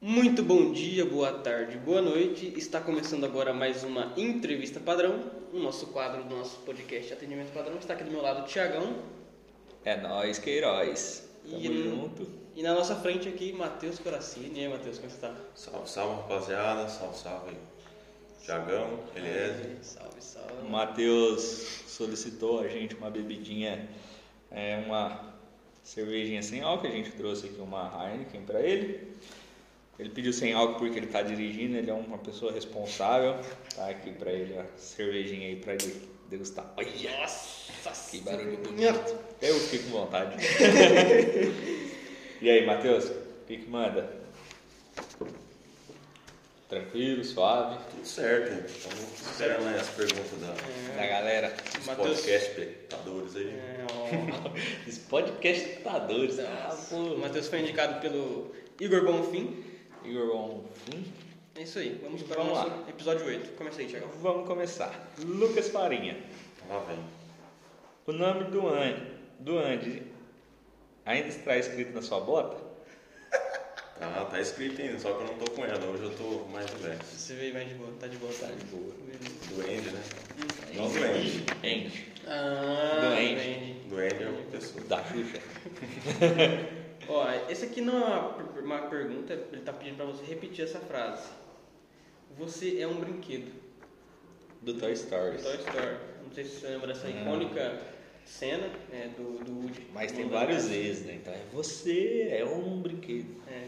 Muito bom dia, boa tarde, boa noite. Está começando agora mais uma entrevista padrão. O nosso quadro do nosso podcast Atendimento Padrão está aqui do meu lado, Tiagão. É nós, Queiroz. Tamo E- junto. E na nossa frente aqui, Matheus Coracini. E aí, Matheus, como é você tá? está? Salve, salve rapaziada, salve, salve Tiagão, Eliese. Salve, O salve. Matheus solicitou a gente uma bebidinha, é, uma cervejinha sem álcool. A gente trouxe aqui uma Heineken pra ele. Ele pediu sem álcool porque ele tá dirigindo, ele é uma pessoa responsável. Tá aqui pra ele a cervejinha aí pra ele degustar. Olha, Nossa, que barulho senhora. bonito. Eu fiquei com vontade. e aí, Matheus, o que que manda? Tranquilo, suave? Tudo certo, hein? Estamos esperando aí as perguntas da, da galera. dos É. Matheus. podcast espectadores aí. É, ó. Os podcastadores. O Matheus foi indicado pelo Igor Bonfim. Igor Bonfim. É isso aí, vamos para Vamos o lá. nosso episódio 8. Comecei, Tiagão. Vamos começar. Lucas Farinha. Lá vem. O nome do Andy, do Andy ainda está escrito na sua bota? Tá, tá escrito ainda, só que eu não tô com ela, hoje eu tô mais doente. Você veio mais de boa, tá de boa, tá? de boa. Beleza. Doente, né? Não, Doente. Andy. Ah, Doente. entendi. Doente é uma pessoa. Da Xuxa. Ó, esse aqui não é uma, per- uma pergunta, ele tá pedindo pra você repetir essa frase. Você é um brinquedo. Do Toy Story. Hum. Toy Story. Não sei se você lembra dessa icônica cena né, do, do Woody. Mas tem Mandando vários essa. ex, né? Então é você, é um brinquedo. É.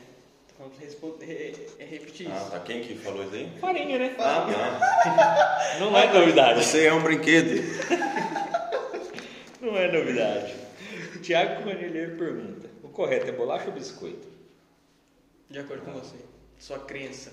Tô falando pra você responder, re- é repetir Ah, isso. tá. Quem que falou isso aí? Farinha, né? Ah, Não é novidade. tá. Você é um brinquedo. Não é novidade. Tiago Cornelheiro pergunta: O correto é bolacha ou biscoito? De acordo com você. Sua crença.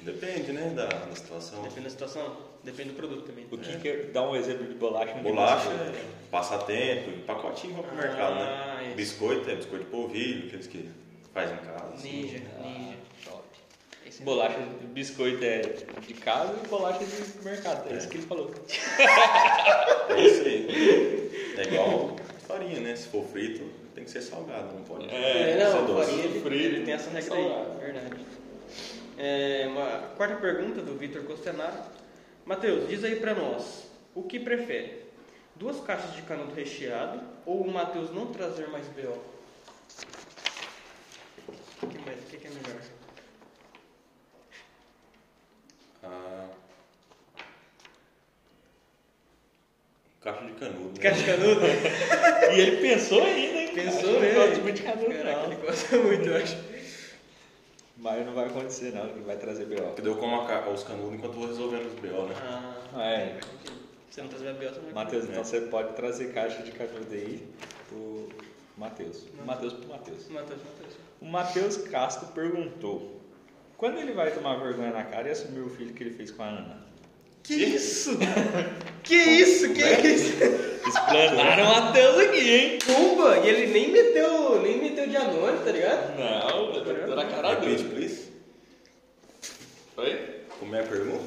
Depende, né, da, da situação. Depende da situação, depende do produto também. O que, que é- dá um exemplo de bolacha? e um de Bolacha, biscoito? é passatempo, e pacotinho vai pro mercado, Ah, né? isso. Biscoito é biscoito de polvilho, aqueles que faz em casa. assim. Ninja, Ah, ninja. top. Esse é- Bolacha, biscoito é de casa e bolacha é de mercado. É, isso que ele falou. É isso aí. É igual farinha, né? Se for frito, tem que ser salgado, não pode É, ser não, doce. farinha, ele, Frito, ele tem essa regra saudável. aí, verdade. É, uma quarta pergunta do Vitor Costenaro. Matheus, diz aí pra nós, o que prefere? Duas caixas de canudo recheado ou o Matheus não trazer mais B.O.? O que, mais- o que que é melhor? Ah. Caixa de canudo. Né? Caixa de canudo? E ele pensou ainda, hein? Pensou Acho que nele. não gosta muito de canudo, Caraca, ele não. gosta muito, eu acho. Mas não vai acontecer, não. Ele vai trazer B.O. Que deu como a ca- os canudos enquanto eu vou resolvendo os BO, né? Ah, É. Se não trazer B.O., você não vai Matheus, então você pode trazer caixa de canudo aí pro Matheus. Matheus pro Matheus. Matheus, Matheus. O Matheus Castro perguntou: Quando ele vai tomar vergonha na cara e assumir o filho que ele fez com a Ana? Que isso? que isso? Que isso? Explanaram o Matheus aqui, hein? Pumba! E ele nem meteu, nem meteu de anônimo, tá ligado? Não, eu tô na cara Repeat, dele. please. Oi? Como é a pergunta?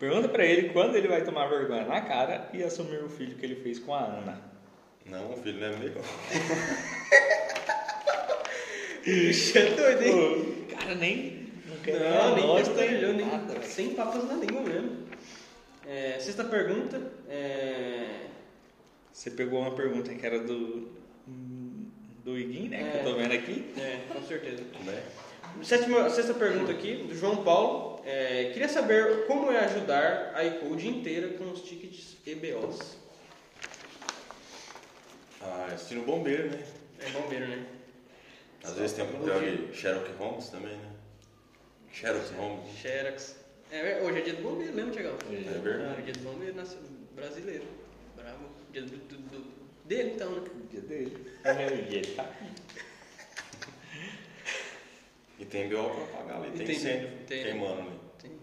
Pergunta pra ele quando ele vai tomar vergonha na cara e assumir o filho que ele fez com a Ana. Não, o filho não é meu. Bicho, é doido, hein? Pô, cara, nem. Não quer Não, nem nós, pestanejou, nem nada, velho. sem papas na língua mesmo. É, sexta pergunta. É, Você pegou uma pergunta que era do. hum, Do Iguin, né? Que eu tô vendo aqui. é, com certeza. Como é? Sétima, sexta pergunta aqui, do João Paulo. É, queria saber como é ajudar a iCode inteira com os tickets EBOs. Ah, estilo bombeiro, né? É bombeiro, né? Às vezes tem um papel de Sherlock Holmes também, né? Sherlock Holmes. Xerox. É, hoje é dia do bombeiro, lembra, Tiagão? É verdade. Ah, dia do bombeiro nasce- brasileiro. Bravo. Dia do, do- do- dele, então, né? O dia dele. É, o dia tá aqui. E tem BO pra apagar ali. E Tem tem- incêndio tem. queimando ali. Tem-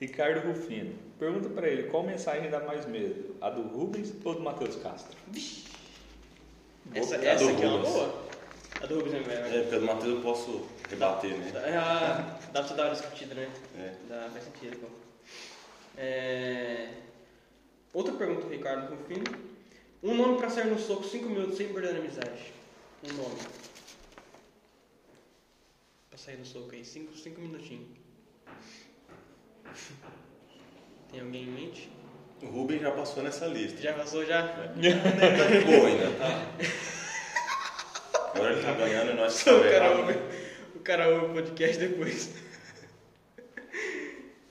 Ricardo Rufino. Pergunta pra ele qual mensagem dá mais medo, a do Rubens ou do Matheus Castro? Essa, A essa do aqui é uma Rubens. boa. A do Rubens é melhor. É, pelo Matheus eu posso rebater, né? É. a- Dá pra você dar uma discutida, né? É. Dá, faz sentido. Bom. É, Outra pergunta do Ricardo Rufino. Um nome pra sair no soco 5 minutos sem perder a amizade. Um nome. Pra sair no soco aí. Cinco, cinco minutinhos. Tem alguém em mente? O Ruben já passou nessa lista. Já passou já? Deve tá de boa ainda, tá? Agora ele tá ganhando e nós tá o cara errado, ouve, né? o cara ouve o podcast depois.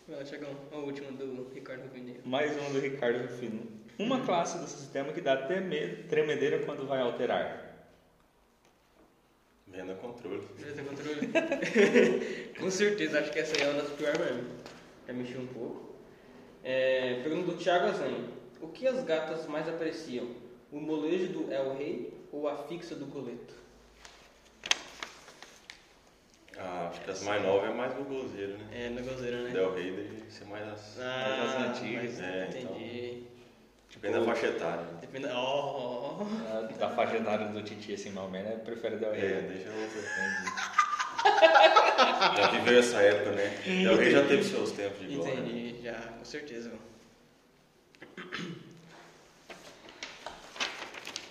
Vai, Tiagão, a última do Ricardo Rubinei. Mais um do Ricardo Rufino. Uhum. Uma classe do sistema que dá teme- tremedeira quando vai alterar. Venda controle. Já tem controle? Com certeza, acho que essa aí é uma das piores mesmo. Já mexi um pouco. É, pergunta do Thiago Azan. O que as gatas mais apreciam? O molejo do El Rei ou a fixa do coleto? Ah, acho que as mais novas é mais o gozeiro, né? É, na gozeira, né? Del Rey deve ser mais as. Ah, Mas as antigas, mas é, então. entendi. Depende da faixa etária. Depende... Oh, É, A- Da faixa etária do Titi, assim, não, né? Prefere Del Rey. É, deixa eu ver. Já viveu essa época, né? Del Rey já teve seus tempos de glória. né? entendi, já, com certeza.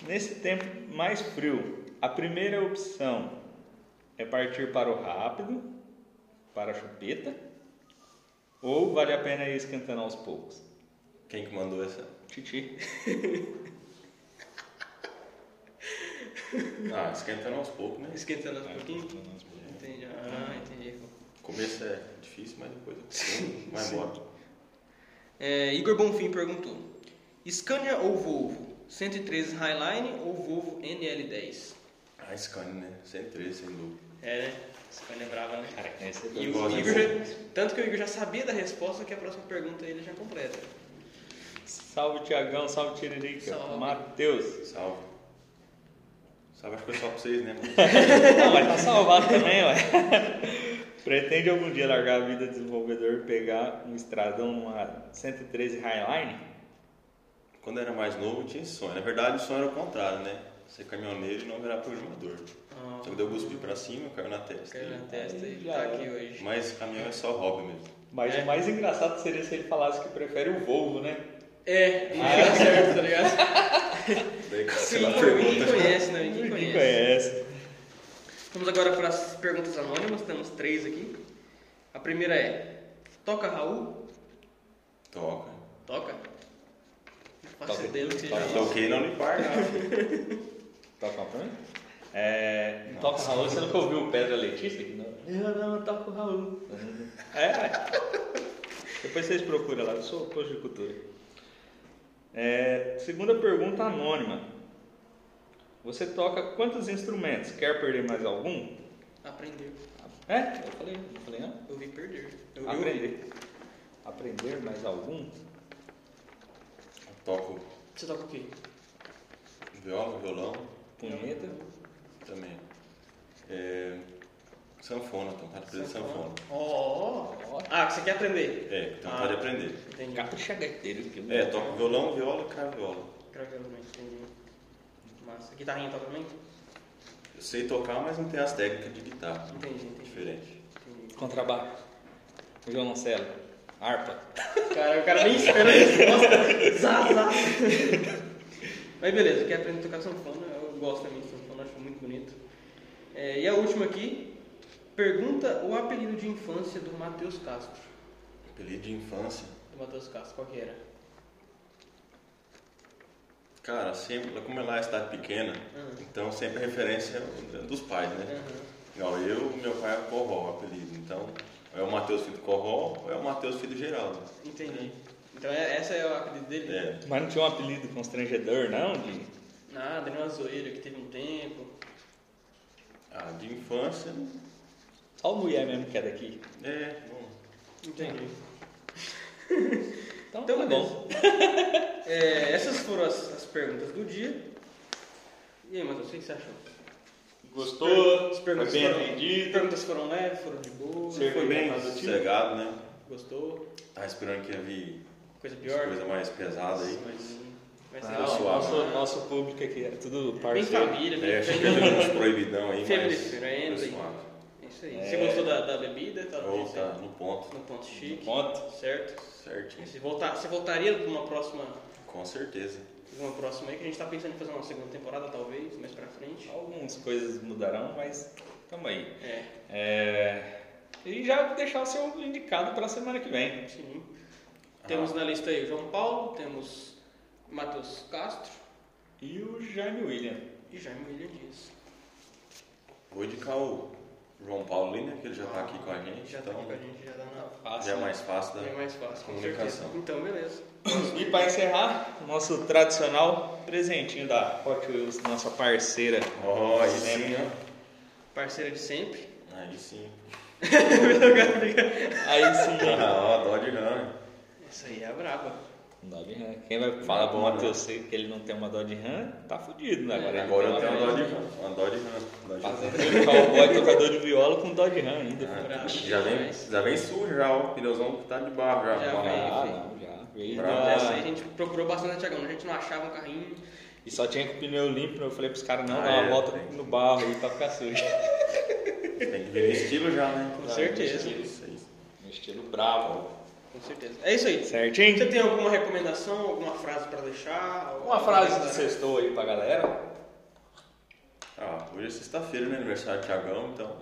Nesse tempo mais frio, a primeira opção é partir para o rápido, para a chupeta, ou vale a pena ir esquentando aos poucos? Quem que mandou essa? Titi. Ah, esquentando aos poucos, né? Esquentando um pouquinho. Entendi. Ah, entendi. O começo é difícil, mas depois acostuma, vai embora. É, Igor Bonfim perguntou: Scania ou Volvo? 103 Highline ou Volvo NL10? Ah, Scania, né? 113, sem dúvida. É, né? Scania é brava, né? Cara, esse é E doido. o gosto, né? Igor, tanto que o Igor já sabia da resposta que a próxima pergunta ele já completa. Salve, Tiagão. Salve, Tiririca. Salve. Matheus. Salve. Salve, acho que foi só pra vocês, né? mano? Não, mas tá salvado também, ué. Pretende algum dia largar a vida de desenvolvedor e pegar um estradão numa 113 Highline? Quando eu era mais novo, eu tinha esse sonho. Na verdade, o sonho era o contrário, né? Ser caminhoneiro e não virar programador. Ah, Só que deu cuspi pra cima, caiu na testa. caiu na testa e já tá era. aqui hoje. Mas caminhão é só hobby mesmo. Mas É. o mais engraçado seria se ele falasse que prefere o Volvo, né? É, não deu certo, tá ligado? Daí Sim, cancela a ninguém pergunta. conhece, né? Ninguém Ninguém conhece. conhece. Vamos agora para as perguntas anônimas, temos três aqui. A primeira é: Toca Raul? é. Toca. Toca? Não faço Toca. ideia do que seja Toca. isso. Toquei na Unipar, né? cara. Toca pra mim? É, toca o Raul, você nunca ouviu o Pedra Letícia? Não. Eu não toco o Raul. É. Depois vocês procuram lá, eu sou posto de cultura. É, segunda pergunta anônima. Você toca quantos instrumentos? Quer perder mais algum? Aprender. É? Eu falei, não falei não. Eu vi perder. Eu vi ouvir. Aprender. Aprender mais algum? Toco Você toca o quê? viola, violão Punheta? também. É, sanfona, tem vontade de aprender sanfona. Ó. Ah, que você quer aprender? É, tem Ah. vontade de aprender. Entendi. Capricha gaiteiro. aquilo. É, toco violão, viola, cravo viola. Gravando também, entendi. Massa. Guitarrinha toca também? Eu sei tocar, mas não tenho as técnicas de Ah. guitarra. É Entendi, entendi. Diferente. entendi. Contrabaixo. Violoncelo. Harpa. Cara, o cara nem espera a resposta. Zá, zá. Mas beleza, quer aprender a tocar sanfona? Eu gosto também de sanfona, acho muito bonito. É, e a última aqui. Pergunta o apelido de infância do Matheus Castro. Apelido de infância. Do Matheus Castro, qual que era? Cara, sempre, como ela é cidade pequena, Uhum. então sempre a referência é dos pais, né? Aham. Não, eu, meu pai é Corró, o apelido. Então, ou é o Matheus Filho do Corró ou é o Matheus Filho do Geraldo. Entendi. Então é, essa é o apelido dele? É, Mas não tinha um apelido constrangedor, não? De... Nada, era uma zoeira Ah, que teve um tempo. a de infância, Só mulher mesmo que é daqui. é, não, Entendi. Então, Então, tá beleza. bom. É, essas foram as, as perguntas do dia. E aí, Matheus, o que que você achou? Gostou? As perguntas, Foi bem foram, as atendido. perguntas foram leves, foram de boa. Serviu foi bem. bem. sossegado, né? Gostou? Tá esperando que ia vir Coisa pior? coisa mais pesada aí, mas. Vai ser Não, Pessoal, nosso, né? nosso público aqui é tudo Bem parceiro. família, bem É, acho que família. tem uns proibidão um aí, Sempre mas. diferente. foi suave. É Isso aí. É. Você gostou da, da bebida? Tá do Ou jeito tá certo? no ponto, no ponto chique. Ponto. Certo? certinho. Você, voltar, você voltaria para uma próxima, Com certeza. uma próxima aí, que a gente tá pensando em fazer uma segunda temporada, talvez, mais pra frente. Algumas coisas mudarão, mas Tamo aí. É, É, E já deixar o seu indicado para semana que vem. É, sim. um Ah. Temos na lista aí o João Paulo, temos Matheus Castro E o Jaime William. e Jaime William Dias. Vou indicar o João Paulo ali, né? Que ele já tá aqui com a gente. Já tá então aqui com a gente, já dá na Já é mais fácil da é mais fácil, com comunicação. certeza. Então, beleza. E para encerrar, nosso tradicional presentinho da Hot Wheels, nossa parceira. Ó, aí Cinema. sim, ó. Parceira de sempre. Aí sim. Aí sim, ó. Ah, ó, Dodge Ram. Isso aí é a braba. Dodge Ram. É, Quem vai falar pro bom, Matheus Seco que ele não tem uma Dodge Ram, tá fudido, né? Agora, ele Agora eu tem tenho uma uma Dodge Ram. Uma Dodge Ram. Dodge Ram. Fazendo ele cowboy tocador de viola com Dodge Ram ainda. Ah, Brabo já, vem, demais. já vem sujo já, o pneuzão que tá de barro já. Já Ó, vem. Ah, não, já. né, assim? Veio Bravo. da- Essa aí a gente procurou bastante, Tiagão. A gente não achava um carrinho. E só tinha com o pneu limpo, né? eu falei pros caras, não, dá Ah, uma é, volta tem. no barro aí pra ficar sujo. Tem que vir no estilo já, né? Com Tá, certeza. no estilo, isso aí. Um Estilo bravo. Com certeza. É isso aí. Certinho? Você tem alguma recomendação, alguma frase pra deixar? Uma frase de sextou aí pra galera. Ah, hoje é sexta-feira, né? Aniversário do Thiagão, então.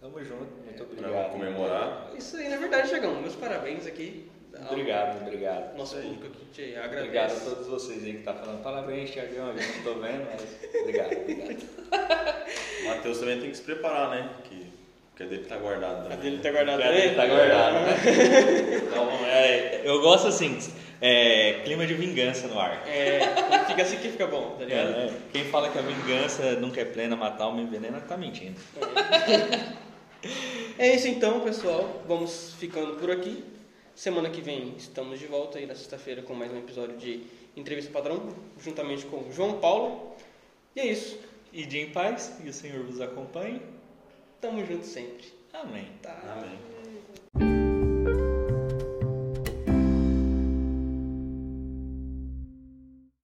Tamo junto, muito Pra obrigado. comemorar. Isso aí, na verdade, Tiagão. Meus parabéns aqui. ao Obrigado, obrigado. Nosso público aqui te Obrigado a agradece. todos vocês aí que tá falando. Parabéns, Tiagão, eu não tô vendo, mas obrigado, obrigado. O Matheus também tem que se preparar, né? Que, que a dele tá guardada. também, A dele né? tá guardada Obrigado, aí? tá guardado. né? Então, é, eu gosto assim, é, clima de vingança no ar. É, fica assim que fica bom, tá ligado? É, né? Quem fala que a vingança nunca é plena, matar uma envenena, tá mentindo. É isso então, pessoal. Vamos ficando por aqui. Semana que vem estamos de volta aí na sexta-feira com mais um episódio de Entrevista Padrão, juntamente com o João Paulo. E é isso. E de em paz, e o Senhor vos acompanhe. Tamo junto sempre. Amém. Tá. Amém. Amém.